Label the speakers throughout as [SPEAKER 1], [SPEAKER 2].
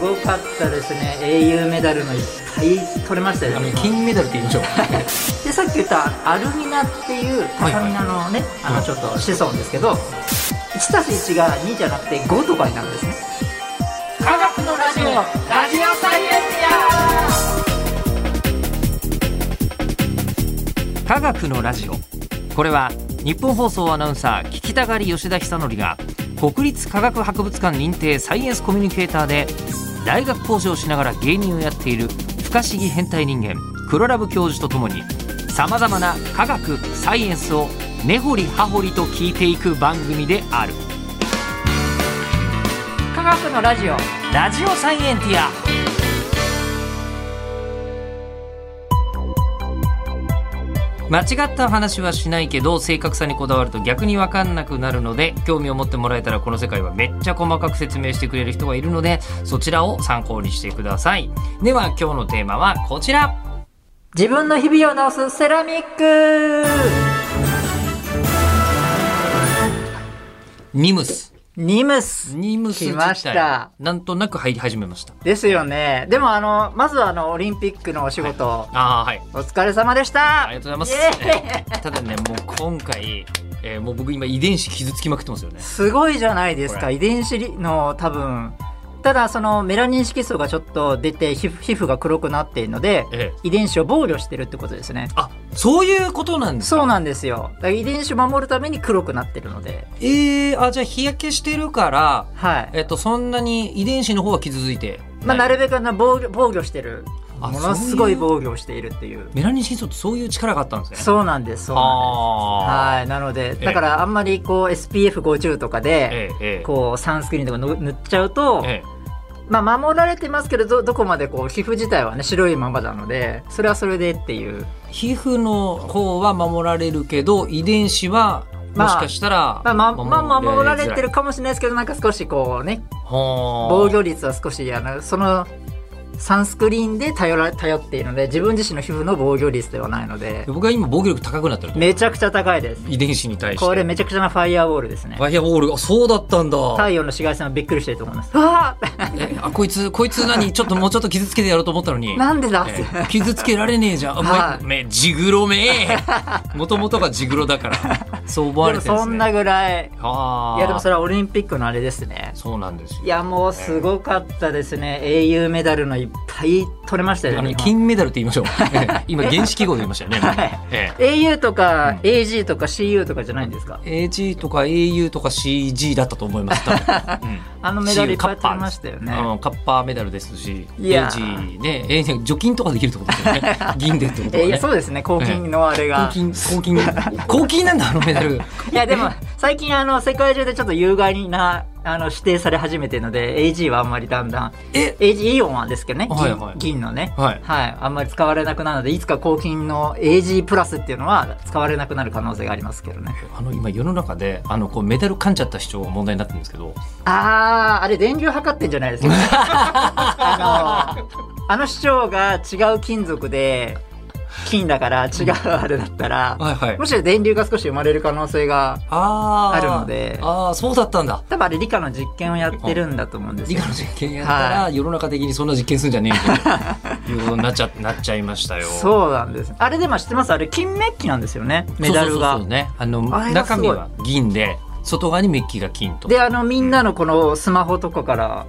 [SPEAKER 1] ごかったですね英雄メダルもいっぱい取れましたよ
[SPEAKER 2] あ
[SPEAKER 1] ね
[SPEAKER 2] の金メダルって言いましょう
[SPEAKER 1] でさっき言ったアルミナっていう
[SPEAKER 2] はい
[SPEAKER 1] 高見菜のね、あのちょっと子孫ですけど 1+1 が2じゃなくて5とかになるんですね科学のラジオラジオサイエ
[SPEAKER 2] 科学のラジオこれは日本放送アナウンサー聞きたがり吉田久典が国立科学博物館認定サイエンスコミュニケーターで大学講師をしながら芸人をやっている不可思議変態人間黒ラブ教授とともにさまざまな科学サイエンスを根掘り葉掘りと聞いていく番組である
[SPEAKER 1] 科学のラジオ
[SPEAKER 2] ラジオサイエンティア間違った話はしないけど正確さにこだわると逆に分かんなくなるので興味を持ってもらえたらこの世界はめっちゃ細かく説明してくれる人がいるのでそちらを参考にしてくださいでは今日のテーマはこちら
[SPEAKER 1] 自分の日々を直すセラミック
[SPEAKER 2] ニムス
[SPEAKER 1] ニムス
[SPEAKER 2] ニムス自体
[SPEAKER 1] 来ました
[SPEAKER 2] なんとなく入り始めました
[SPEAKER 1] ですよねでもあのまずはあのオリンピックのお仕事、
[SPEAKER 2] ああはい
[SPEAKER 1] お疲れ様でした
[SPEAKER 2] ありがとうござ
[SPEAKER 1] イ
[SPEAKER 2] います
[SPEAKER 1] エーイ
[SPEAKER 2] えーただねもう今回、えーもう僕今遺伝子傷つきまくってますよね
[SPEAKER 1] すごいじゃないです
[SPEAKER 2] こ
[SPEAKER 1] か
[SPEAKER 2] れ
[SPEAKER 1] 遺伝子の多分ただそのメラニン色素がちょっと出て皮膚皮膚が黒くなっているので
[SPEAKER 2] ええ
[SPEAKER 1] 遺伝子を防御してるってことですね
[SPEAKER 2] あそういうことなんです
[SPEAKER 1] そうなんですよだから遺伝子を守るために黒くなってるので
[SPEAKER 2] えー、あじゃあ日焼けしてるから、
[SPEAKER 1] はい、
[SPEAKER 2] えっと、そんなに遺伝子の方は傷ついて
[SPEAKER 1] まあ、な
[SPEAKER 2] る
[SPEAKER 1] るべくな防御防御してる
[SPEAKER 2] あ
[SPEAKER 1] ものすごい
[SPEAKER 2] そう
[SPEAKER 1] 防御をしているっていう
[SPEAKER 2] メラニン色素ってそういう力があったんですねう
[SPEAKER 1] そうなんですそうなんです
[SPEAKER 2] あ
[SPEAKER 1] はいなので
[SPEAKER 2] え
[SPEAKER 1] だからあんまりこう SPF50 とか
[SPEAKER 2] ー
[SPEAKER 1] で
[SPEAKER 2] ええええ
[SPEAKER 1] こうサンスクリーンとかの塗っちゃうと、
[SPEAKER 2] ええ
[SPEAKER 1] まあ、守られてますけどどどこまでこう皮膚自体はね白いままなのでそれはそれでっていう
[SPEAKER 2] 皮膚の方は守られるけど遺伝子はもしかしたら
[SPEAKER 1] まあ、ままあ、守られ
[SPEAKER 2] づ
[SPEAKER 1] てるかもしれないですけどなんか少しこうね
[SPEAKER 2] 防
[SPEAKER 1] 防御率は少しあのそのサンスクリーンで頼ら頼っているので自分自身の皮膚の防御率ではないので
[SPEAKER 2] 僕は今防御力高くなってると
[SPEAKER 1] めちゃくちゃ高いです
[SPEAKER 2] 遺伝子に対して
[SPEAKER 1] これめちゃくちゃなファイアウォールですね
[SPEAKER 2] ファイアボールあそうだったんだ
[SPEAKER 1] 太陽の紫外線はびっくりしてると思いますわ
[SPEAKER 2] えあこいつこいつ何ちょっともうちょっと傷つけてやろうと思ったのに
[SPEAKER 1] あ なんでだ
[SPEAKER 2] えー傷つけられねえじゃん。お前
[SPEAKER 1] はい
[SPEAKER 2] めジグロ めえ。もともとがジグロだから。そう思わ
[SPEAKER 1] で
[SPEAKER 2] れ
[SPEAKER 1] も
[SPEAKER 2] てるんで
[SPEAKER 1] そ
[SPEAKER 2] す
[SPEAKER 1] ん
[SPEAKER 2] ね。
[SPEAKER 1] なぐらい
[SPEAKER 2] ああ。
[SPEAKER 1] いやでもそれはオリンピックのあれですね
[SPEAKER 2] そうなんですよ。
[SPEAKER 1] いやもうすごかったですね、英雄メダルのいっぱい取れました
[SPEAKER 2] あ
[SPEAKER 1] よ
[SPEAKER 2] の
[SPEAKER 1] ね。今
[SPEAKER 2] 金メダルって言いましょう。ええ今原子記号で言いましたよね。
[SPEAKER 1] はい
[SPEAKER 2] ええ
[SPEAKER 1] au とか AG とか CU とかじゃないんですか、
[SPEAKER 2] AG とか AU とか CG だったと思います。多分 うん
[SPEAKER 1] あのメダルいっぱい取れましたよね。
[SPEAKER 2] あのカッパーメダルですし、
[SPEAKER 1] いや
[SPEAKER 2] AG ね、えー除菌とかできるってことですよ ね。銀でってこと
[SPEAKER 1] え
[SPEAKER 2] は
[SPEAKER 1] ーいや
[SPEAKER 2] ね。
[SPEAKER 1] そうですね、抗菌のあれ
[SPEAKER 2] 抗
[SPEAKER 1] が。
[SPEAKER 2] 菌、抗菌、抗菌なんだあのメ ダル。
[SPEAKER 1] いや、でも、最近、あの、世界中でちょっと有害な、あの、指定され始めてるので、AG はあんまりだんだん、
[SPEAKER 2] え、
[SPEAKER 1] AG イオンはですけどね、銀,、
[SPEAKER 2] はいはい
[SPEAKER 1] 銀のね、
[SPEAKER 2] はい。
[SPEAKER 1] はい、あんまり使われなくなるので、いつか抗菌の AG プラスっていうのは使われなくなる可能性がありますけどね。
[SPEAKER 2] あの今世の中であのこうメダル噛んじゃった主張が問題になってるんですけど
[SPEAKER 1] あー、あれ電流測ってんじゃないですか。あの、あの市長が違う金属で、金だから違うあれだったら、
[SPEAKER 2] いは
[SPEAKER 1] むしろ電流が少し生まれる可能性が、
[SPEAKER 2] あー
[SPEAKER 1] あるので
[SPEAKER 2] あーそうだったんだ
[SPEAKER 1] 多分あれ理科の実験をやってるんだと思うんです
[SPEAKER 2] 理
[SPEAKER 1] よ
[SPEAKER 2] 科。の実験やったら、
[SPEAKER 1] は
[SPEAKER 2] 世の中的にそんな実験するんじゃねえみたいないうことになっちゃ なっちゃいましたよう
[SPEAKER 1] そうなんです。あれでも知ってますあれ金メッキなんですよね、メダル
[SPEAKER 2] そうそうそうそ
[SPEAKER 1] が
[SPEAKER 2] う。ねあの
[SPEAKER 1] あれがす
[SPEAKER 2] 中
[SPEAKER 1] ごい
[SPEAKER 2] 身は銀で外側にメッキが金と
[SPEAKER 1] で、あのみんなのこのスマホとかから、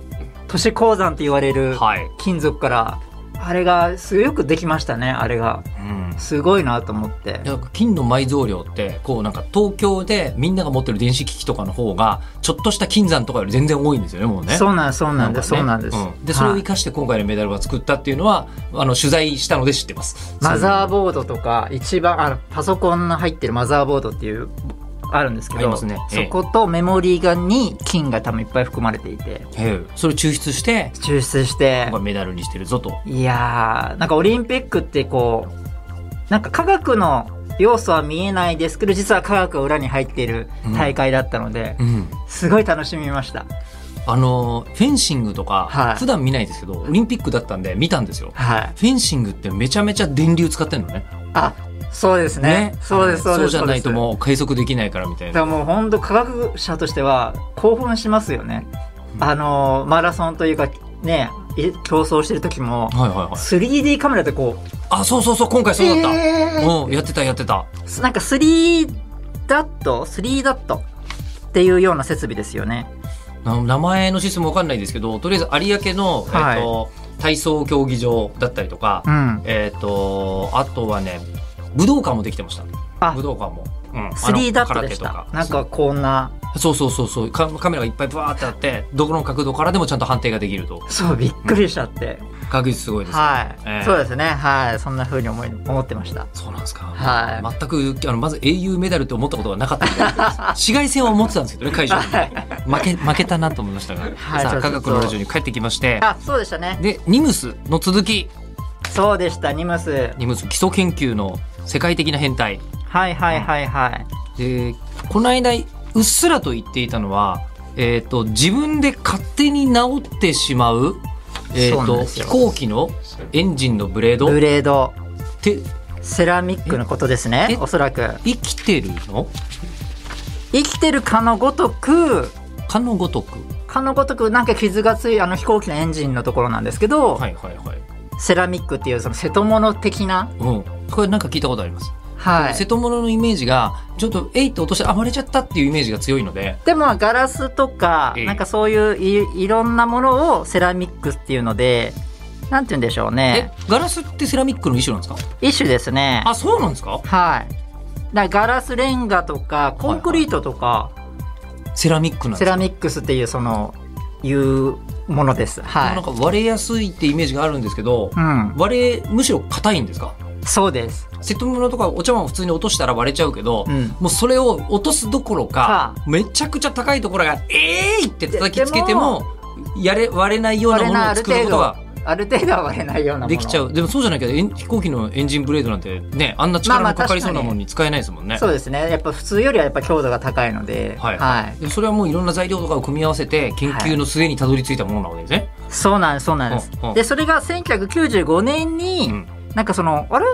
[SPEAKER 1] 都市鉱山って言われる
[SPEAKER 2] はい、
[SPEAKER 1] 金属から、あれがすごくできましたね、あれが。
[SPEAKER 2] うん
[SPEAKER 1] すごいなと思って。
[SPEAKER 2] なんか金の埋蔵量ってこうなんか東京でみんなが持ってる電子機器とかの方がちょっとした金山とかより全然多いんですよねもうね
[SPEAKER 1] そうなんそうなんです、
[SPEAKER 2] かね
[SPEAKER 1] そうなんです。
[SPEAKER 2] んでそれを
[SPEAKER 1] は
[SPEAKER 2] 生
[SPEAKER 1] い
[SPEAKER 2] かして今回のメダルが作ったっていうのは、あの取材したので知ってます。
[SPEAKER 1] マザー
[SPEAKER 2] ー
[SPEAKER 1] ボードとか一番あのパソコンの入ってるマザーボードっていうあるんですけ
[SPEAKER 2] あり
[SPEAKER 1] ど、
[SPEAKER 2] ますねえ
[SPEAKER 1] そ
[SPEAKER 2] え
[SPEAKER 1] ことメモリーがに金が多分いっぱい含まれていて
[SPEAKER 2] それを抽出して
[SPEAKER 1] 抽出して
[SPEAKER 2] 今回メダルにしてるぞと。
[SPEAKER 1] いやーなんかオリンピックってこうなんか科学の要素は見えないですけど実は科学が裏に入っている大会だったので、
[SPEAKER 2] うん
[SPEAKER 1] すごい楽しみました
[SPEAKER 2] あのフェンシングとか、
[SPEAKER 1] はい
[SPEAKER 2] 普段見ないですけどオリンピックだったんで見たんですよ。
[SPEAKER 1] はい
[SPEAKER 2] フェンシングってめちゃめちゃ電流使ってんのね。
[SPEAKER 1] あそうですねそうですそうです
[SPEAKER 2] じゃない
[SPEAKER 1] そ
[SPEAKER 2] と
[SPEAKER 1] うです
[SPEAKER 2] もう計測できないからみたい
[SPEAKER 1] だか
[SPEAKER 2] な。
[SPEAKER 1] らもう本当科学者としては興奮しますよね。あのマラソンというかねえ競争してる時も
[SPEAKER 2] はいはいはい。
[SPEAKER 1] 3D カメラでこう
[SPEAKER 2] あ、そうそうそう、今回そうだった。
[SPEAKER 1] えー
[SPEAKER 2] うん、やってたやってた。
[SPEAKER 1] なんか3ダット3ダットっていうような設備ですよね
[SPEAKER 2] な名前のシステムわかんないんですけど、とりあえず有明の、
[SPEAKER 1] はい
[SPEAKER 2] えっと体操競技場だったりとか、
[SPEAKER 1] うん
[SPEAKER 2] えっ、と、あとはね、武道館もできてました。
[SPEAKER 1] あ
[SPEAKER 2] 武道館も。うん、
[SPEAKER 1] 3ダ
[SPEAKER 2] あ
[SPEAKER 1] ッ
[SPEAKER 2] の
[SPEAKER 1] トでし
[SPEAKER 2] 空
[SPEAKER 1] た
[SPEAKER 2] 手と
[SPEAKER 1] なんかこんな
[SPEAKER 2] そうそうそうそうカカメラがいっぱいブワーってあってどこの角度からでもちゃんと判定ができると
[SPEAKER 1] そうびっくりしちゃって、
[SPEAKER 2] 確率すごいです、
[SPEAKER 1] はい、
[SPEAKER 2] ええ
[SPEAKER 1] そうですねはいそんな風に思い思ってました
[SPEAKER 2] そうなんですか、
[SPEAKER 1] はい
[SPEAKER 2] 全くあのまず英雄メダルって思ったことがなかったみたいです紫外線は思ってたんですけどね会場 に負け負けたなと思いましたが、
[SPEAKER 1] はい
[SPEAKER 2] さ
[SPEAKER 1] そ
[SPEAKER 2] あ
[SPEAKER 1] うそうそ
[SPEAKER 2] 科
[SPEAKER 1] う
[SPEAKER 2] 学のラジオに帰ってきまして
[SPEAKER 1] あそうでしたね
[SPEAKER 2] でニムスの続き
[SPEAKER 1] そうでしたニムス
[SPEAKER 2] ニムス基礎研究の世界的な変態
[SPEAKER 1] はいはいはいはい、
[SPEAKER 2] でこの間うっすらと言っていたのは、えー、と自分で勝手に治ってしまう,、え
[SPEAKER 1] そう
[SPEAKER 2] ー、
[SPEAKER 1] なん
[SPEAKER 2] と
[SPEAKER 1] です
[SPEAKER 2] 飛
[SPEAKER 1] よ
[SPEAKER 2] 行機のエンジンのブレードっ
[SPEAKER 1] ブレード
[SPEAKER 2] て
[SPEAKER 1] セラミックのことです
[SPEAKER 2] え
[SPEAKER 1] ねおそらく
[SPEAKER 2] 生きてるの
[SPEAKER 1] 生きてるかのごとく
[SPEAKER 2] かのごとく
[SPEAKER 1] かのごとくなんか傷がついあの飛行機のエンジンのところなんですけど、
[SPEAKER 2] はいはいはい。
[SPEAKER 1] セラミックっていうその瀬戸物的な、
[SPEAKER 2] うん、これなんか聞いたことあります、
[SPEAKER 1] はい、
[SPEAKER 2] 瀬戸物のイメージがちょっとえいって落としてあ割れちゃったっていうイメージが強いので
[SPEAKER 1] でもガラスとか、
[SPEAKER 2] ええ
[SPEAKER 1] なんかそういういいろんなものをセラミックっていうのでなんて言うんでしょう
[SPEAKER 2] え
[SPEAKER 1] ね
[SPEAKER 2] ガラスってセラミックの一種なんですか
[SPEAKER 1] 一種ですね
[SPEAKER 2] あそうなんですか
[SPEAKER 1] はいだからガラスレンガとかコンクリートとか、
[SPEAKER 2] セラミックなんで
[SPEAKER 1] セ
[SPEAKER 2] すか
[SPEAKER 1] ラミックスっていうそのいうものですは
[SPEAKER 2] なん
[SPEAKER 1] い
[SPEAKER 2] か割れやすいってイメージがあるんですけど、
[SPEAKER 1] うん
[SPEAKER 2] 割れむしろ硬いんですか
[SPEAKER 1] そうです
[SPEAKER 2] 瀬戸物とかお茶碗を普通に落としたら割れちゃうけど、
[SPEAKER 1] うん
[SPEAKER 2] もうそれを落とすどころか
[SPEAKER 1] は、
[SPEAKER 2] めちゃくちゃ高いところが「えーい!」って叩きつけてもやれ割れないようなものを作ることが
[SPEAKER 1] ある程度は割れないようなもの
[SPEAKER 2] できちゃうでもそうじゃなきゃえん飛行機のエンジンブレードなんてねあんな力
[SPEAKER 1] まあまあ
[SPEAKER 2] のかかりそうなものに使えないですもんね、
[SPEAKER 1] そうですねやっぱ普通よりはやっぱ強度が高いので
[SPEAKER 2] は
[SPEAKER 1] はいい、
[SPEAKER 2] でそれはもういろんな材料とかを組み合わせて研究の末にたどり着いたものなわけですね、
[SPEAKER 1] そうなんですそうなんです、
[SPEAKER 2] うんうん
[SPEAKER 1] でそれが1995年に、
[SPEAKER 2] うん
[SPEAKER 1] なんかそのあれ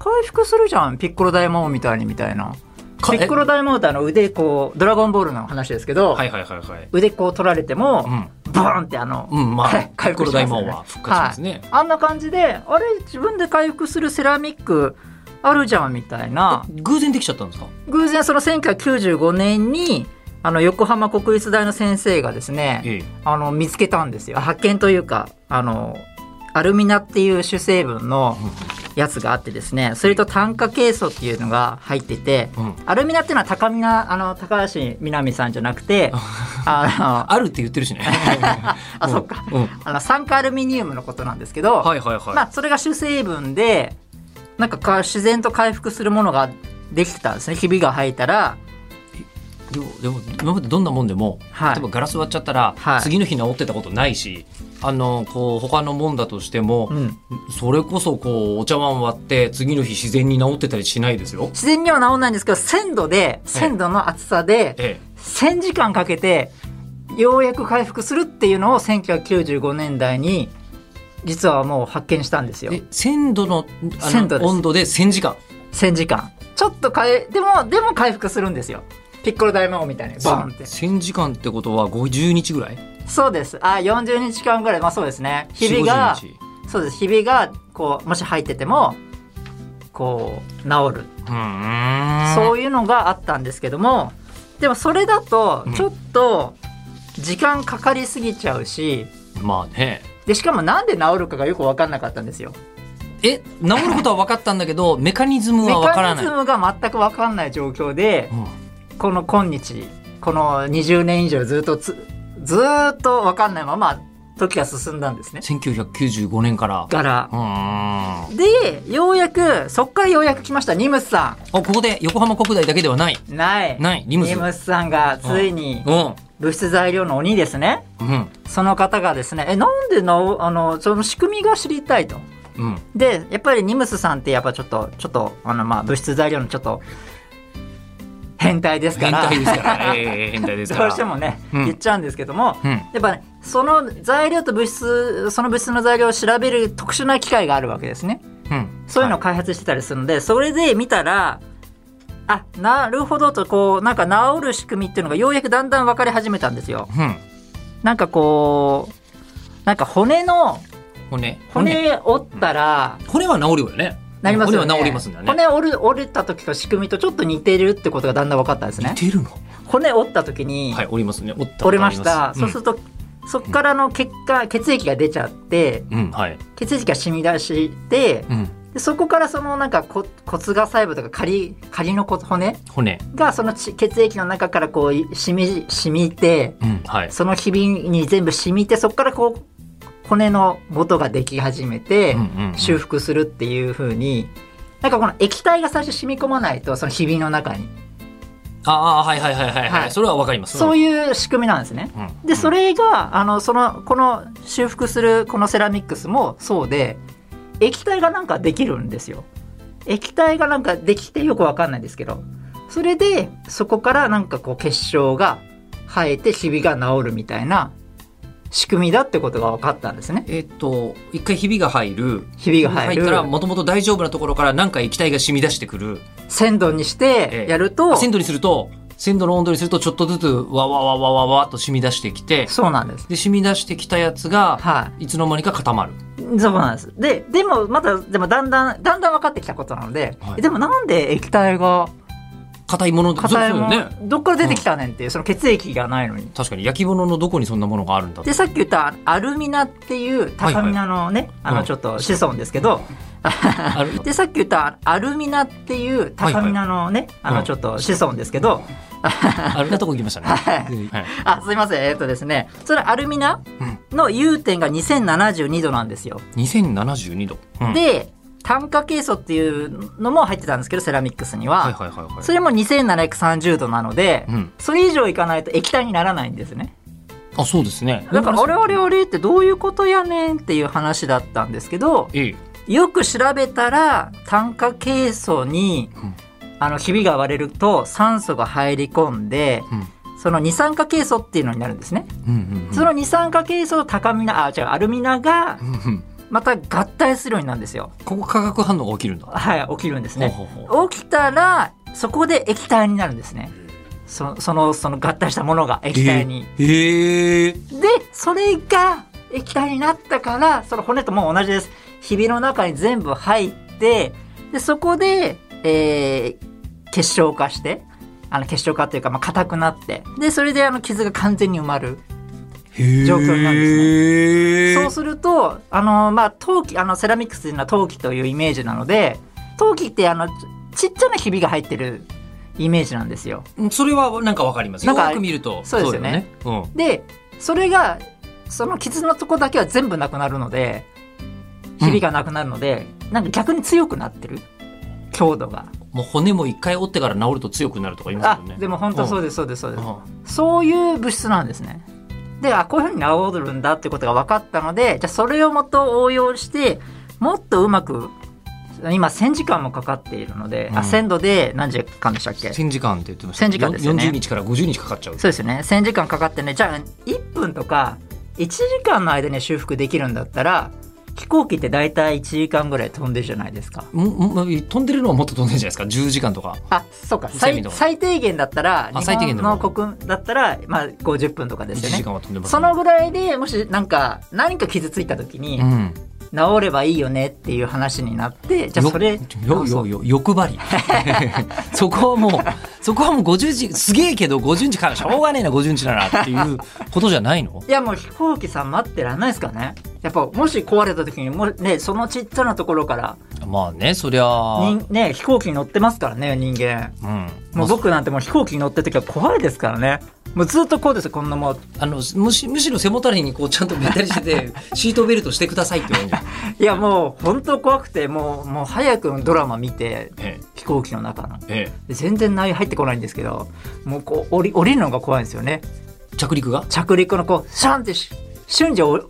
[SPEAKER 1] 回復するじゃんピッコロ大魔王みたいにみたいな
[SPEAKER 2] か
[SPEAKER 1] ピッコロ大魔王ってあの腕こうドラゴンボールの話ですけど、
[SPEAKER 2] えはいはいはいはい
[SPEAKER 1] 腕こう取られても、ボーンってあの、
[SPEAKER 2] うん、うん、まあ
[SPEAKER 1] はい
[SPEAKER 2] ピッコロ大魔王
[SPEAKER 1] 回
[SPEAKER 2] は復活しますね、
[SPEAKER 1] あんな感じであれ自分で回復するセラミックあるじゃんみたいな
[SPEAKER 2] 偶然できちゃったんですか
[SPEAKER 1] 偶然その1995年にあの横浜国立大の先生がですね
[SPEAKER 2] ええ
[SPEAKER 1] あの見つけたんですよ発見というかあのアルミナっていう主成分のやつがあってですねそれと炭化ケイ素っていうのが入ってて
[SPEAKER 2] うん
[SPEAKER 1] アルミナっていうのは高みなあの高橋みなみさんじゃなくてあ
[SPEAKER 2] あるって言ってるしね
[SPEAKER 1] の あそっか
[SPEAKER 2] うん、
[SPEAKER 1] あの酸化アルミニウムのことなんですけど、
[SPEAKER 2] はいはいはい、
[SPEAKER 1] まあ、それが主成分でなんかか自然と回復するものができてたんですねひびが入ったら
[SPEAKER 2] でもでも今までどんなもんでも、
[SPEAKER 1] はい
[SPEAKER 2] 例えばガラス割っちゃったら、
[SPEAKER 1] はい
[SPEAKER 2] 次の日治ってたことないしあのこう他のもんだとしても、
[SPEAKER 1] うん
[SPEAKER 2] それこそこうお茶碗割って次の日自然に治ってたりしないですよ。
[SPEAKER 1] 自然には治んないんですけど鮮度で鮮度の厚さで
[SPEAKER 2] え
[SPEAKER 1] 1,000時間かけてようやく回復するっていうのを1995年代に実はもう発見したんです
[SPEAKER 2] え、
[SPEAKER 1] よ
[SPEAKER 2] で鮮度のあ
[SPEAKER 1] 鮮度
[SPEAKER 2] の
[SPEAKER 1] です
[SPEAKER 2] 温度で1000時間
[SPEAKER 1] 1,000時間ちょっとかえでもでも回復するんですよピッコロ大魔王みたいにボンって
[SPEAKER 2] 1000時間ってことは50日ぐらい
[SPEAKER 1] そうですあ40日間ぐらいまあそうですねひびが
[SPEAKER 2] 40 50日
[SPEAKER 1] そうですひびがこうもし入っててもこう治る
[SPEAKER 2] うーん
[SPEAKER 1] そういうのがあったんですけどもでもそれだと
[SPEAKER 2] うん
[SPEAKER 1] ちょっと時間かかりすぎちゃうし
[SPEAKER 2] まあね
[SPEAKER 1] でしかもなんで治るかがよく分かんなかったんですよ。
[SPEAKER 2] え治ることは分かったんだけどメカニズム
[SPEAKER 1] メ
[SPEAKER 2] は分か
[SPEAKER 1] カ
[SPEAKER 2] ら
[SPEAKER 1] ニ
[SPEAKER 2] ない
[SPEAKER 1] ズ。ムが全く分かんない状況で
[SPEAKER 2] うん
[SPEAKER 1] この今日この20年以上ずっとつずーっと分かんないまま時が進んだんですね。
[SPEAKER 2] 1995年から。
[SPEAKER 1] から
[SPEAKER 2] うーんあ
[SPEAKER 1] でようやくそっからようやく来ましたニムスさ
[SPEAKER 2] ここで横浜国大だけではない。
[SPEAKER 1] んない
[SPEAKER 2] ないニムス
[SPEAKER 1] ニムスさんがついに
[SPEAKER 2] うん。
[SPEAKER 1] 物質材料の鬼ですね
[SPEAKER 2] うん。
[SPEAKER 1] その方がですねえなんでなおあのその仕組みが知りたいと
[SPEAKER 2] うん。
[SPEAKER 1] でやっぱりニムスさんってやっぱちょっとちょっとあのまあ物質材料のちょっと変態ですか
[SPEAKER 2] 変
[SPEAKER 1] ら
[SPEAKER 2] 態ですから。ええ変態ですから。
[SPEAKER 1] どうしてもね、
[SPEAKER 2] うん
[SPEAKER 1] 言っちゃうんですけども、
[SPEAKER 2] うん。
[SPEAKER 1] やっぱ、ね、その材料と物質その物質の材料を調べる特殊な機械があるわけですね
[SPEAKER 2] うん。
[SPEAKER 1] そういうのを開発してたりするので、それで見たらあなるほどとこうなんか治る仕組みっていうのがようやくだんだん分かり始めたんですよ
[SPEAKER 2] はい。
[SPEAKER 1] なんかこう、なんか骨の
[SPEAKER 2] 骨
[SPEAKER 1] 骨折ったら、
[SPEAKER 2] 骨は治るよね
[SPEAKER 1] なりますよね
[SPEAKER 2] 骨は治りますんだよね
[SPEAKER 1] 骨折る折れた時と仕組みとちょっと似てるってことがだんだん分かったんです
[SPEAKER 2] 似
[SPEAKER 1] ね
[SPEAKER 2] てるの
[SPEAKER 1] 骨折った時に
[SPEAKER 2] はい折りますね折った
[SPEAKER 1] 折れました、そうす
[SPEAKER 2] る
[SPEAKER 1] ると、そこからの血管血液が出ちゃって
[SPEAKER 2] うん、うんはい
[SPEAKER 1] 血液が染み出して
[SPEAKER 2] うん
[SPEAKER 1] でそこからそのなんか骨骨が細部とか仮仮の骨骨
[SPEAKER 2] 骨
[SPEAKER 1] がその血血液の中からこうい染み染みて
[SPEAKER 2] うんはい
[SPEAKER 1] そのひびに全部染みてそこからこう骨の元ができ始めて、
[SPEAKER 2] うんうんうん
[SPEAKER 1] 修復するっていう風になんかこの液体が最初染み込まないとそのひびの中に
[SPEAKER 2] ああはいはいはいはい、は、
[SPEAKER 1] はいい
[SPEAKER 2] それはわかります
[SPEAKER 1] そう
[SPEAKER 2] い
[SPEAKER 1] いう仕組みなんですね。
[SPEAKER 2] うん、
[SPEAKER 1] でそれがあのそのこの修復するこのセラミックスもそうで液体がなんかできるんですよ。液体がなんかできてよくわかんないんですけどそれでそこからなんかこう結晶が生えてひびが治るみたいな仕組みだってことが分かったんですね。
[SPEAKER 2] えっと一回ひびが入る
[SPEAKER 1] ひびが入
[SPEAKER 2] っ
[SPEAKER 1] る
[SPEAKER 2] たらもともと大丈夫なところからなんか液体が染み出してくる
[SPEAKER 1] 鮮度にしてやると、
[SPEAKER 2] 鮮度にすると鮮度の温度にするとちょっとずつわわわわわわっと染み出してきて
[SPEAKER 1] そうなんです。
[SPEAKER 2] で染み出してきたやつが
[SPEAKER 1] はい、
[SPEAKER 2] いつの間にか固まる
[SPEAKER 1] そうなんです。で、でもまた、でもだんだん、だんだん分かってきたことなので、
[SPEAKER 2] はい
[SPEAKER 1] でもなんで液体が
[SPEAKER 2] 硬いもので
[SPEAKER 1] 硬いも
[SPEAKER 2] そうそうよね
[SPEAKER 1] ん、どっから出てきたねんっていう、その血液がないのに。
[SPEAKER 2] 確かに焼き物のどこにそんなものがあるんだっ て
[SPEAKER 1] で、さっき言ったアルミナっていう高ミナのね、
[SPEAKER 2] い
[SPEAKER 1] あのちょっと子孫ですけど、
[SPEAKER 2] ある
[SPEAKER 1] で、さっき言ったアルミナっていう高ミナのね、
[SPEAKER 2] はい
[SPEAKER 1] あのちょっと子孫ですけど、
[SPEAKER 2] あるなとこ行きましたね。
[SPEAKER 1] はい
[SPEAKER 2] はい
[SPEAKER 1] あ、すいません、えっ、とですね、それアルミナの融点が2072度なんですよ。
[SPEAKER 2] 2072度。うん、
[SPEAKER 1] で、炭化ケイ素っていうのも入ってたんですけど、セラミックスには。
[SPEAKER 2] はいはいはいはい。
[SPEAKER 1] それも2730度なので、
[SPEAKER 2] うん。
[SPEAKER 1] それ以上いかないと液体にならないんですね
[SPEAKER 2] あ、そうですね。
[SPEAKER 1] だから「あれあれ
[SPEAKER 2] は。
[SPEAKER 1] あれ」ってどういうことやねんっていう話だったんですけど
[SPEAKER 2] ええ。
[SPEAKER 1] よく調べたら炭化ケイ素に
[SPEAKER 2] うん
[SPEAKER 1] あのひびが割れると酸素が入り込んで
[SPEAKER 2] うん。
[SPEAKER 1] その二酸化ケイ素っていうのになるんですね、
[SPEAKER 2] うんうん。
[SPEAKER 1] その二酸化ケイ素の高みなあ違うアルミナが
[SPEAKER 2] うんうん。
[SPEAKER 1] また合体するようになるんですよ
[SPEAKER 2] ここ化学反応が起きるんだ。
[SPEAKER 1] はい起きるんですね
[SPEAKER 2] ほうほうほう
[SPEAKER 1] 起きたらそこで液体になるんですねそそのその合体したものが液体に、
[SPEAKER 2] ええええ
[SPEAKER 1] でそれが液体になったからその骨ともう同じですひびの中に全部入ってでそこで、えー結晶化してあの結晶化というかまあ硬くなってでそれであの傷が完全に埋まる
[SPEAKER 2] へえ
[SPEAKER 1] 状況になるん
[SPEAKER 2] です
[SPEAKER 1] そうすると、あの、まあ、陶器、あの、セラミックスというのは陶器というイメージなので、陶器って、あの、ちちっちゃなひびが入ってるイメージなんですよ。
[SPEAKER 2] それはなんかわかります。よ
[SPEAKER 1] なんか
[SPEAKER 2] く見ると。
[SPEAKER 1] そうですよね
[SPEAKER 2] そうだよ
[SPEAKER 1] で、
[SPEAKER 2] ね。
[SPEAKER 1] それが、その傷のとこだけは全部なくなるので、
[SPEAKER 2] うん
[SPEAKER 1] ひびがなくなるので、なんか逆に強くなってる。強度が。
[SPEAKER 2] うん。もう骨も一回折ってから治ると強くなるとか言います
[SPEAKER 1] あ
[SPEAKER 2] よね。、
[SPEAKER 1] でも本当そう
[SPEAKER 2] で
[SPEAKER 1] です、そうです、そうです。そういう物質なんですね。で、あ、こういうふうに治るんだってことが分かったので、じゃあそれをもっと応用して、もっとうまく、今1000時間もかかっているので、
[SPEAKER 2] う
[SPEAKER 1] あ、
[SPEAKER 2] ん
[SPEAKER 1] 1000度で何時間でしたっけそう
[SPEAKER 2] 1000時間って言ってました。
[SPEAKER 1] 1000時間ですよね
[SPEAKER 2] 40日から50日かかっちゃう。
[SPEAKER 1] ですよね。1000時間かかってね、じゃあ1分とか1時間の間に修復できるんだったら、飛行機って大体1時間ぐらい飛んでるじゃないですか。
[SPEAKER 2] もも飛んでるのはもっと飛んでるじゃないですか10時間とか
[SPEAKER 1] あ、そうか。
[SPEAKER 2] セミ
[SPEAKER 1] 最
[SPEAKER 2] の
[SPEAKER 1] 最低限だったら、
[SPEAKER 2] あ
[SPEAKER 1] 日
[SPEAKER 2] 最低限
[SPEAKER 1] 本
[SPEAKER 2] の
[SPEAKER 1] の国だったら、まあ50分とかで
[SPEAKER 2] 1
[SPEAKER 1] すよ
[SPEAKER 2] 時
[SPEAKER 1] ね。
[SPEAKER 2] 間は飛んでます
[SPEAKER 1] そ
[SPEAKER 2] ね、
[SPEAKER 1] のぐらいでもしなんか何か傷ついた時に、
[SPEAKER 2] うん
[SPEAKER 1] 治ればいいよねっていう話になってじゃあそれ
[SPEAKER 2] よよ
[SPEAKER 1] あそ
[SPEAKER 2] よ
[SPEAKER 1] う
[SPEAKER 2] よ欲張り そこはもうそこはもう50時すげえけど50時からしょうがねえな50時ならっていうことじゃないの
[SPEAKER 1] いやもう飛行機さん待ってらんないですかねやっぱもし壊れた時にもうねそのちっちゃなところから
[SPEAKER 2] まあねそりゃあ
[SPEAKER 1] 人ね飛行機に乗ってますからね人間
[SPEAKER 2] うんま
[SPEAKER 1] も
[SPEAKER 2] あ
[SPEAKER 1] う僕なんてもう飛行機に乗ってる時は怖いですからねもうずっとこうですよこんなもう
[SPEAKER 2] あのむしむしろ背もたれにこうちゃんとべったりして てシートベルトしてくださいって言うんじゃん、
[SPEAKER 1] いやもう本当怖くてもうもう早くドラマ見て
[SPEAKER 2] え
[SPEAKER 1] 飛行機の中の
[SPEAKER 2] ええ
[SPEAKER 1] で全然内容入ってこないんですけどもうこう降り降りるのが怖いんですよね
[SPEAKER 2] え、着陸が
[SPEAKER 1] 着陸のこうシャンってし瞬時お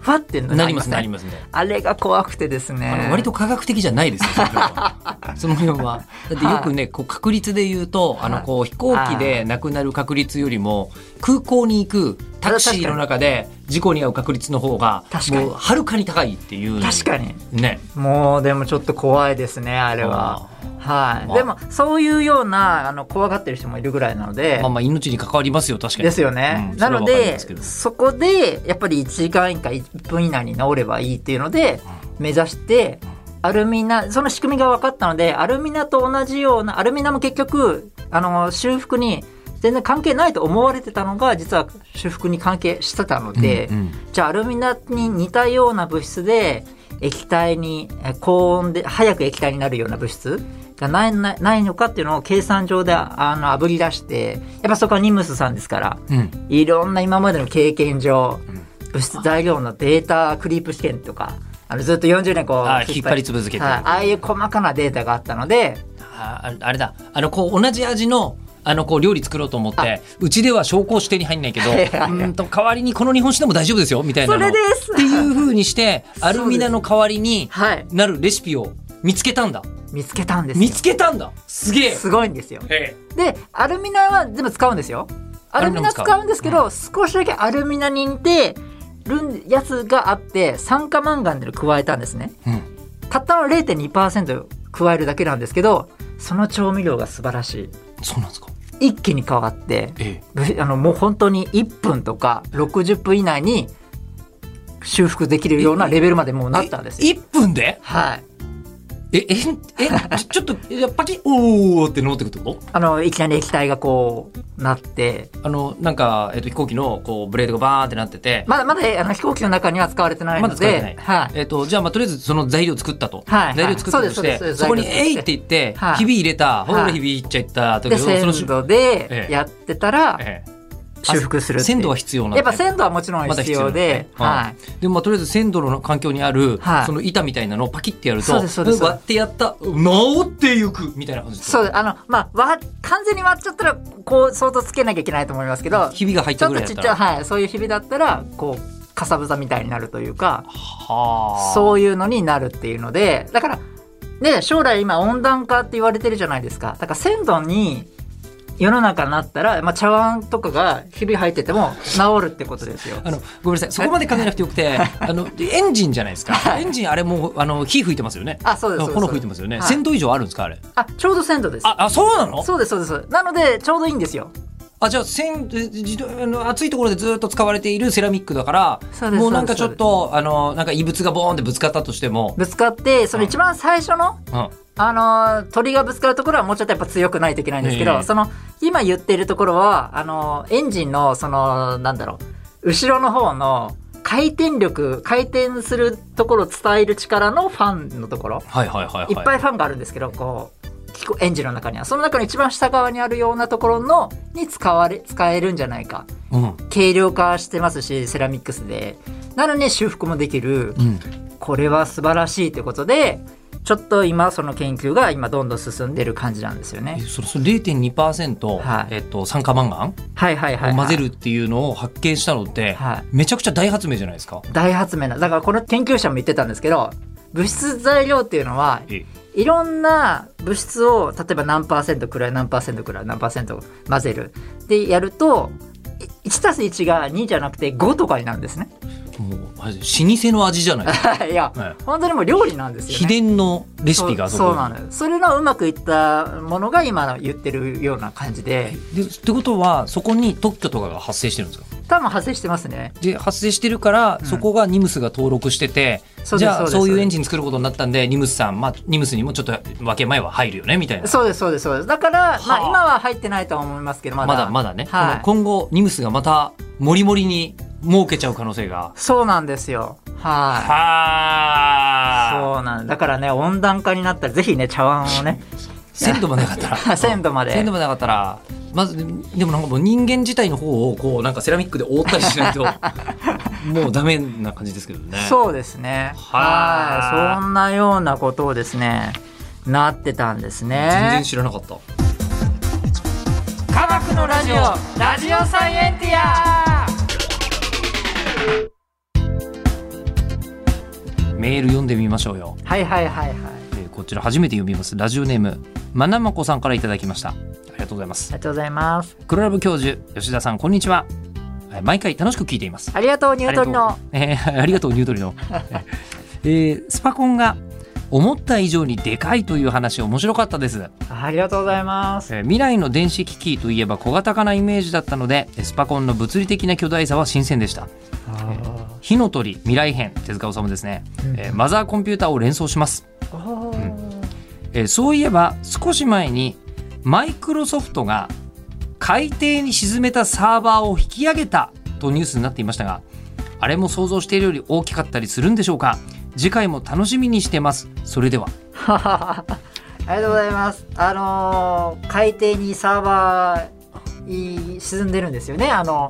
[SPEAKER 1] ふわって
[SPEAKER 2] なりますね
[SPEAKER 1] ね
[SPEAKER 2] なりますね
[SPEAKER 1] あれが怖くてですね。
[SPEAKER 2] あの割と科学的じゃないですよ、その辺 はその辺は。だってよくね、こう確率で言うと、あの、こう飛行機で亡くなる確率よりも、空港に行くタクシーの中で事故に遭う確率の方が
[SPEAKER 1] 確かに
[SPEAKER 2] もうはるかに高いっていう
[SPEAKER 1] 確かに
[SPEAKER 2] ね
[SPEAKER 1] もうでもちょっと怖いですねあれははい、
[SPEAKER 2] まあ
[SPEAKER 1] でもそういうようなあの怖がってる人もいるぐらいなので、
[SPEAKER 2] まあまあ命に関わりますよ確かに
[SPEAKER 1] ですよね、
[SPEAKER 2] うん
[SPEAKER 1] なの
[SPEAKER 2] それはわかりま
[SPEAKER 1] です
[SPEAKER 2] けど
[SPEAKER 1] そこでやっぱり1時間以下1分以内に治ればいいっていうので目指してアルミナその仕組みが分かったのでアルミナと同じようなアルミナも結局あの修復に全然関係ないと思われてたのが実は修復に関係してたので、
[SPEAKER 2] うんうん
[SPEAKER 1] じゃあアルミナに似たような物質で液体にえ高温で早く液体になるような物質がないなないのかっていうのを計算上であの炙り出してやっぱそこはニムスさんですから
[SPEAKER 2] うん
[SPEAKER 1] いろんな今までの経験上
[SPEAKER 2] ん
[SPEAKER 1] 物質材料のデータクリープ試験とかあのずっと40年こう
[SPEAKER 2] あー引っ張り続けてる
[SPEAKER 1] はいああいう細かなデータがあったので
[SPEAKER 2] ああれだあのこう同じ味のあのこう料理作ろうと思ってうちでは紹興酒手に入んないけどう
[SPEAKER 1] はいはいはい
[SPEAKER 2] ーんと代わりにこの日本酒でも大丈夫ですよみたいな
[SPEAKER 1] そ
[SPEAKER 2] の
[SPEAKER 1] れです
[SPEAKER 2] っていう風 にしてアルミナの代わりに
[SPEAKER 1] はい
[SPEAKER 2] なるレシピを見つけたんだ
[SPEAKER 1] 見つけたんですよ
[SPEAKER 2] 見つけたんだすげえ
[SPEAKER 1] すごいんですよ
[SPEAKER 2] え
[SPEAKER 1] でアルミナは全部使うんですよアルミナ
[SPEAKER 2] アルミナも使う
[SPEAKER 1] 使うんですけど、少しだけアルミナに似てるやつがあって酸化マンガンで加えたんですね
[SPEAKER 2] え
[SPEAKER 1] たったの0.2%加えるだけなんですけどその調味料が素晴らし
[SPEAKER 2] そうなんですか
[SPEAKER 1] い一気に変わって
[SPEAKER 2] え
[SPEAKER 1] ぶあのもう本当に1分とか60分以内に修復できるようなレベルまでもうなったんですよ
[SPEAKER 2] 1分で
[SPEAKER 1] はい
[SPEAKER 2] えええちょっとえパキッおーって乗ってくってこと
[SPEAKER 1] あのいきなり液体がこうなって
[SPEAKER 2] あのなんか、えっと飛行機のこうブレードがバーンってなってて、
[SPEAKER 1] まだまだあの飛行機の中には使われてない
[SPEAKER 2] ま
[SPEAKER 1] の
[SPEAKER 2] だ
[SPEAKER 1] で
[SPEAKER 2] 使えてない、
[SPEAKER 1] はい、
[SPEAKER 2] えっとじゃあ、まあ、とりあえずその材料作ったと、
[SPEAKER 1] はいはい
[SPEAKER 2] 材料作ったとし
[SPEAKER 1] そうです
[SPEAKER 2] て
[SPEAKER 1] そうです
[SPEAKER 2] そこに「
[SPEAKER 1] 材料作って
[SPEAKER 2] えい!」って言って、
[SPEAKER 1] はい
[SPEAKER 2] ひび入れたほ
[SPEAKER 1] は
[SPEAKER 2] ら
[SPEAKER 1] い
[SPEAKER 2] ひび入っちゃった
[SPEAKER 1] で
[SPEAKER 2] 時のそ
[SPEAKER 1] 鮮
[SPEAKER 2] の瞬
[SPEAKER 1] 度
[SPEAKER 2] え
[SPEAKER 1] で
[SPEAKER 2] え
[SPEAKER 1] やってたら
[SPEAKER 2] ええ
[SPEAKER 1] 修復するっていう
[SPEAKER 2] 鮮度は必要なんだ
[SPEAKER 1] やっぱ鮮度はもちろん
[SPEAKER 2] まだ
[SPEAKER 1] 必要で、
[SPEAKER 2] 必要なの
[SPEAKER 1] はい、
[SPEAKER 2] でもまあとりあえず鮮度の環境にある、
[SPEAKER 1] はい
[SPEAKER 2] その板みたいなのをパキッてやると
[SPEAKER 1] そうですそうです
[SPEAKER 2] 割ってやった治っていくみたいな感じです
[SPEAKER 1] そうあのまあわ完全に割っちゃったらこう相当つけなきゃいけないと思いますけどち
[SPEAKER 2] ひびが入った
[SPEAKER 1] ょっ
[SPEAKER 2] ぐら
[SPEAKER 1] と
[SPEAKER 2] いだ
[SPEAKER 1] ち
[SPEAKER 2] っ
[SPEAKER 1] ったちゃい、
[SPEAKER 2] ら
[SPEAKER 1] はい、そういうひびだったらこうかさぶたみたいになるというか
[SPEAKER 2] はあ
[SPEAKER 1] そういうのになるっていうのでだからね将来今温暖化って言われてるじゃないですかだから鮮度に世の中になったら、まあ、茶碗とかがひび入ってても治るってことですよ。
[SPEAKER 2] あのごめんなさいそこまで考えなくてよくてあのエンジンじゃないですかエンジンあれもう あの火吹いてますよね
[SPEAKER 1] あそうですそうです
[SPEAKER 2] 炎吹いてますよね、
[SPEAKER 1] はい
[SPEAKER 2] 1000度以上あるんですかあれ
[SPEAKER 1] あちょうど鮮度です。
[SPEAKER 2] ああそうなの
[SPEAKER 1] そうですそうですなのでちょうどいいんですよ
[SPEAKER 2] あじゃあ線え自動あの熱いところでずっと使われているセラミックだから
[SPEAKER 1] そうです
[SPEAKER 2] もうなんかち
[SPEAKER 1] そ
[SPEAKER 2] ょ
[SPEAKER 1] う
[SPEAKER 2] っ
[SPEAKER 1] です
[SPEAKER 2] とあのなんか異物がボーンってぶつかったとしても、
[SPEAKER 1] ぶつかってその一番最初の、
[SPEAKER 2] うん、
[SPEAKER 1] あのー鳥がぶつかるところはもうちょっとやっぱ強くないといけないんですけど、
[SPEAKER 2] ええ
[SPEAKER 1] その今言ってるところはあのーエンジンのそのなんだろう後ろの方の回転力回転するところを伝える力のファンのところ、
[SPEAKER 2] はいはいはいはい
[SPEAKER 1] い、っぱいファンがあるんですけどこう機構エンジンの中にはその中の一番下側にあるようなところのに使われ使えるんじゃないか
[SPEAKER 2] うん
[SPEAKER 1] 軽量化してますしセラミックスでなのに修復もできる
[SPEAKER 2] うん
[SPEAKER 1] これは素晴らしいということでちょっと今その研究が今どんどん進んでる感じなんですよ
[SPEAKER 2] え
[SPEAKER 1] ね
[SPEAKER 2] それそれ0.2%、
[SPEAKER 1] はい
[SPEAKER 2] えっと、酸化マンガン
[SPEAKER 1] はいはいはい、はい、
[SPEAKER 2] を混ぜるっていうのを発見したのって、
[SPEAKER 1] はい
[SPEAKER 2] めちゃくちゃ大発明じゃないですか。
[SPEAKER 1] 大発明なだからこの研究者も言ってたんですけど物質材料っていうのは
[SPEAKER 2] え
[SPEAKER 1] いろんな物質を例えば何パーセントくらい何パーセントくらい何パーセント混ぜるでやると1たす1が2じゃなくて5とかになるんですね
[SPEAKER 2] もうあれ老舗の味じゃないですか
[SPEAKER 1] いや、
[SPEAKER 2] はい
[SPEAKER 1] 本当にもう料理なんですよね
[SPEAKER 2] 秘伝のレシピが
[SPEAKER 1] そうそう
[SPEAKER 2] こに
[SPEAKER 1] なのよそれのうまくいったものが今言ってるような感じで
[SPEAKER 2] でってことはそこに特許とかが発生してるんですか
[SPEAKER 1] 多分発生してますね
[SPEAKER 2] で発生してるから、
[SPEAKER 1] うん
[SPEAKER 2] そこがニムスが登録してて
[SPEAKER 1] そうです
[SPEAKER 2] じゃ
[SPEAKER 1] そう
[SPEAKER 2] あ
[SPEAKER 1] です
[SPEAKER 2] そういうエンジン作ることになったんでニムスさん、まあ、ニムスにもちょっと分け前は入るよねみたいな
[SPEAKER 1] そうですそうですそうですだから、
[SPEAKER 2] はあ
[SPEAKER 1] まあ、今は入ってないとは思いますけどま
[SPEAKER 2] ま
[SPEAKER 1] だ
[SPEAKER 2] だまだね、
[SPEAKER 1] はい
[SPEAKER 2] 今後ニムスがまたモリモリに儲けちゃう可能性が
[SPEAKER 1] そうなんですよはい
[SPEAKER 2] はあ
[SPEAKER 1] そうなんだからね温暖化になったらぜひね茶碗を ね
[SPEAKER 2] 鮮度もなかっ たら
[SPEAKER 1] 鮮度まで
[SPEAKER 2] 鮮度もなかったらまずでもなんかもう人間自体の方をこうなんかセラミックで覆ったり しないともうダメな感じですけどね
[SPEAKER 1] そうですね
[SPEAKER 2] はあ
[SPEAKER 1] はいそんなようなことをですねなってたんです
[SPEAKER 2] 全然
[SPEAKER 1] ね
[SPEAKER 2] 知らなかった
[SPEAKER 1] 科学のラジオラジオサイエンティア
[SPEAKER 2] メール読んでみましょうよ
[SPEAKER 1] はいはいはいはい
[SPEAKER 2] えーこちら初めて読みますラジオネームまなまこさんからいただきましたありがとうございま
[SPEAKER 1] あり
[SPEAKER 2] す
[SPEAKER 1] がとうございます
[SPEAKER 2] 黒ラブ教授吉田さんこんにちははい毎回楽しく聞いています
[SPEAKER 1] ありがとうニュートリノ
[SPEAKER 2] えー ありがとうニュートリノ、えースパコンが思った以上にでかいという話面白かったです、
[SPEAKER 1] ありがとうございます
[SPEAKER 2] えー未来の電子機器といえば小型化なイメージだったのでスパコンの物理的な巨大さは新鮮でした
[SPEAKER 1] あ
[SPEAKER 2] 火の鳥未来編手塚治虫ですね、
[SPEAKER 1] うん
[SPEAKER 2] えーマザーコンピューターを連想します、
[SPEAKER 1] ーおー
[SPEAKER 2] えーそういえば少し前にマイクロソフトが海底に沈めたサーバーを引き上げたとニュースになっていましたがあれも想像しているより大きかったりするんでしょうか次回も楽しみにしてますそれでは
[SPEAKER 1] はははは ありがとうございますあのー海底にサーバーい沈んでるんですよねあの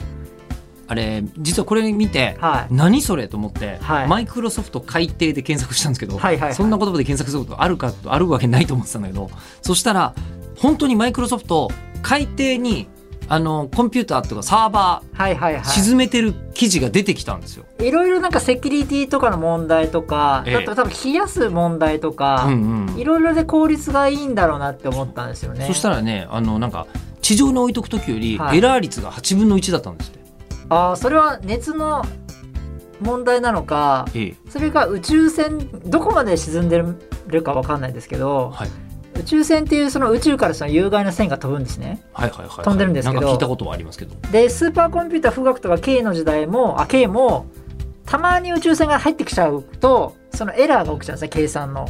[SPEAKER 2] あれ実はこれ見て
[SPEAKER 1] はい
[SPEAKER 2] 何それと思って、
[SPEAKER 1] はい
[SPEAKER 2] マイクロソフト海底で検索したんですけど、
[SPEAKER 1] はいはいはい
[SPEAKER 2] そんな言葉で検索することあるかとあるわけないと思ってたんだけどそしたら本当にマイクロソフト海底にあのコンピューターとかサーバ
[SPEAKER 1] はいはいは
[SPEAKER 2] ー
[SPEAKER 1] い
[SPEAKER 2] 沈めてる記事が出てきたんですよ。
[SPEAKER 1] いろいろなんかセキュリティとかの問題とか、
[SPEAKER 2] ええ
[SPEAKER 1] あと多分冷やす問題とか、
[SPEAKER 2] うんうん
[SPEAKER 1] いろいろで効率がいいんだろうなって思ったんですよね。
[SPEAKER 2] そしたらねあのなんか地上に置いとく時より
[SPEAKER 1] はい
[SPEAKER 2] エラー率が8分の1だったんですって。
[SPEAKER 1] あーそれは熱の問題なのか
[SPEAKER 2] え
[SPEAKER 1] それが宇宙船どこまで沈んでるかわかんないですけど、
[SPEAKER 2] はい
[SPEAKER 1] 宇宙船っていうその宇宙からその有害な線が飛ぶんですね。
[SPEAKER 2] はいはいはいはい、
[SPEAKER 1] 飛んでるんですけど
[SPEAKER 2] なんか聞いたことはありますけど
[SPEAKER 1] でスーパーコンピューター富岳とか K の時代もあ K もたまに宇宙船が入ってきちゃうとそのエラーが起きちゃうんですね計算の。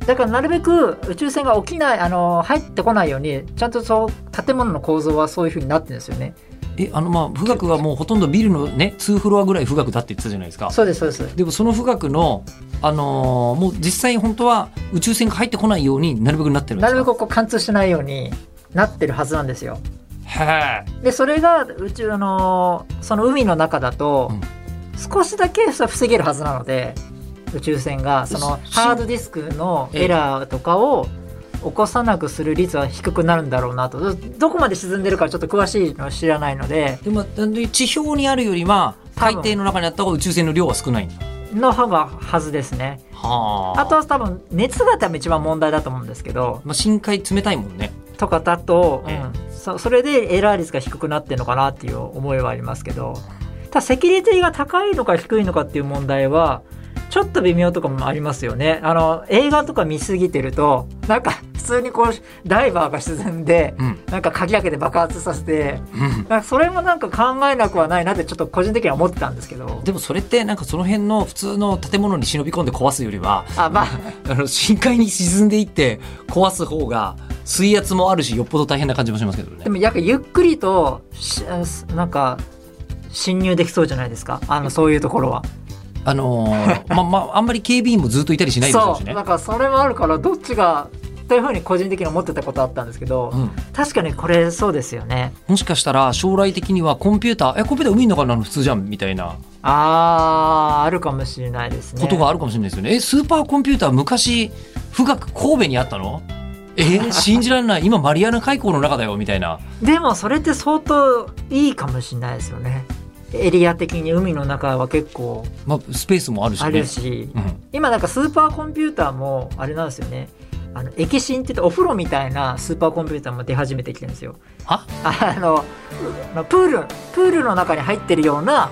[SPEAKER 1] だからなるべく宇宙船が起きないあの入ってこないようにちゃんとそう建物の構造はそういうふうになってるんですよね。
[SPEAKER 2] えあのまあ富岳はもうほとんどビルのね2フロアぐらい富岳だって言ってたじゃないですか
[SPEAKER 1] そうですそうです。
[SPEAKER 2] でもその富岳の、あのーもう実際本当は宇宙船が入ってこないようになるべくなってるんで
[SPEAKER 1] な
[SPEAKER 2] す
[SPEAKER 1] る
[SPEAKER 2] か
[SPEAKER 1] べくこう貫通しないようになってるはずなんですよ。
[SPEAKER 2] へ
[SPEAKER 1] でそれが宇宙あのその海の中だと
[SPEAKER 2] うん
[SPEAKER 1] 少しだけそれ防げるはずなので宇宙船がその
[SPEAKER 2] し
[SPEAKER 1] ハードディスクのエラーとかを起こさなくする率は低くなるんだろうなとどどこまで沈んでるかちょっと詳しいのは知らないので
[SPEAKER 2] えでもなんで地表にあるよりは
[SPEAKER 1] 多
[SPEAKER 2] 海
[SPEAKER 1] 分
[SPEAKER 2] 底の中にあった方が宇宙船の量は少ないんだ
[SPEAKER 1] の幅はずですね
[SPEAKER 2] は
[SPEAKER 1] あとは多分熱が多分一番問題だと思うんですけど
[SPEAKER 2] まあ、深海冷たいもんね
[SPEAKER 1] とかだと、う
[SPEAKER 2] え
[SPEAKER 1] ん、そそれでエラー率が低くなってるのかなっていう思いはありますけどただセキュリティが高いのか低いのかっていう問題はちょっと微妙とかもありますよねあの映画とか見すぎてるとなんか普通にこうダイバーが沈んで
[SPEAKER 2] うん
[SPEAKER 1] なんか鍵開けて爆発させて
[SPEAKER 2] うん
[SPEAKER 1] なんかそれもなんか考えなくはないなってちょっと個人的には思ってたんですけど
[SPEAKER 2] でもそれってなんかその辺の普通の建物に忍び込んで壊すよりは
[SPEAKER 1] あまあ
[SPEAKER 2] あの深海に沈んでいって壊す方が水圧もあるしよっぽど大変な感じもしますけどね
[SPEAKER 1] でもやっぱゆっくりとしなんか侵入できそうじゃないですかあのそういうところは。
[SPEAKER 2] あのー まあまああんまり警備員もずっといたりしないでしょうしね
[SPEAKER 1] そうだからそれもあるからどっちがというふうに個人的に思ってたことあったんですけど、
[SPEAKER 2] うん
[SPEAKER 1] 確かにこれそうですよね
[SPEAKER 2] もしかしたら将来的にはコンピューターえコンピューター海の中なの普通じゃんみたいな
[SPEAKER 1] あーあるかもしれないですね
[SPEAKER 2] ことがあるかもしれないですよねえスーパーコンピューター昔富岳神戸にあったのえ ー信じられない今マリアナ海溝の中だよみたいな
[SPEAKER 1] でもそれって相当いいかもしれないですよねエリア的に海の中は結構
[SPEAKER 2] まあスペースもあるしね
[SPEAKER 1] あるし、
[SPEAKER 2] うん、
[SPEAKER 1] 今なんかスーパーコンピューターもあれなんですよねあの液芯って言ってお風呂みたいなスーパーコンピューターも出始めてきてるんですよ
[SPEAKER 2] は
[SPEAKER 1] あのまあプールプールの中に入ってるような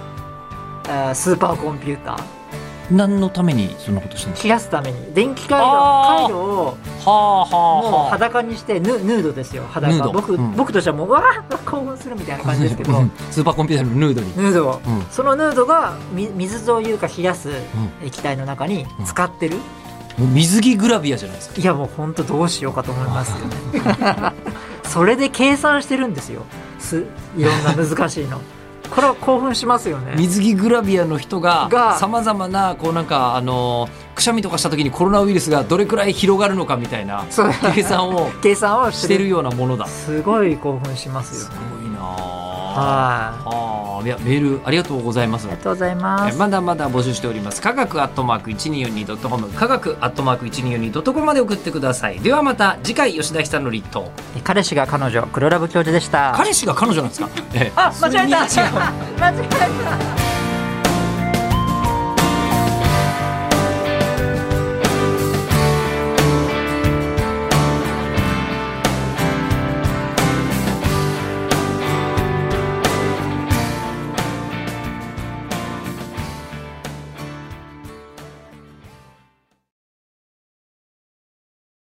[SPEAKER 1] あースーパーコンピューター
[SPEAKER 2] 何のためにそんなことしてるんです
[SPEAKER 1] 冷やすために電気回路回
[SPEAKER 2] あー
[SPEAKER 1] 路を
[SPEAKER 2] かはあは
[SPEAKER 1] もう
[SPEAKER 2] あは
[SPEAKER 1] 裸にしてヌヌードですよ
[SPEAKER 2] ヌー
[SPEAKER 1] 裸
[SPEAKER 2] ド
[SPEAKER 1] 僕、
[SPEAKER 2] うん
[SPEAKER 1] 僕としてはもううわあ興奮するみたいな感じですけど
[SPEAKER 2] うん スーパーコンピューターのヌードに、
[SPEAKER 1] ヌードを
[SPEAKER 2] うん
[SPEAKER 1] そのヌードがみ水というか冷やす液体の中に
[SPEAKER 2] うん
[SPEAKER 1] 使ってる、
[SPEAKER 2] もう水着グラビアじゃないですか
[SPEAKER 1] いやもうほんとどうしようかと思いますよね それで計算してるんですよすいろんな難しいのこれは興奮しますよね
[SPEAKER 2] 水着グラビアの人が
[SPEAKER 1] が
[SPEAKER 2] さまざまなこうなんかあのーくしゃみとかした時にコロナウイルスがどれくらい広がるのかみたいな
[SPEAKER 1] そう
[SPEAKER 2] 計算を
[SPEAKER 1] 計算をし
[SPEAKER 2] してて
[SPEAKER 1] る
[SPEAKER 2] るようなものだ。
[SPEAKER 1] すごい興奮します
[SPEAKER 2] す
[SPEAKER 1] よ
[SPEAKER 2] ごいなあ。
[SPEAKER 1] はい
[SPEAKER 2] ああ、いやメールありがとうございます
[SPEAKER 1] あり。がとうございま
[SPEAKER 2] え
[SPEAKER 1] す
[SPEAKER 2] まだまだ募集しております。科学アットマーク一二四二ドットコム、科学アットマーク一二四二ドットコムまで送ってください。ではまた次回吉田久典と
[SPEAKER 1] 彼氏が彼女黒ラブ教授でした
[SPEAKER 2] 彼氏が彼女なんですか。ええ
[SPEAKER 1] あ間違えた
[SPEAKER 2] 違う
[SPEAKER 1] 間違えた